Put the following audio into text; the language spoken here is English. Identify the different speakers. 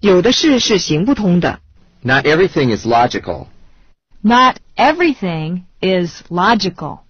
Speaker 1: 有的事是行不通的。
Speaker 2: Not everything is logical.
Speaker 3: Not everything is logical.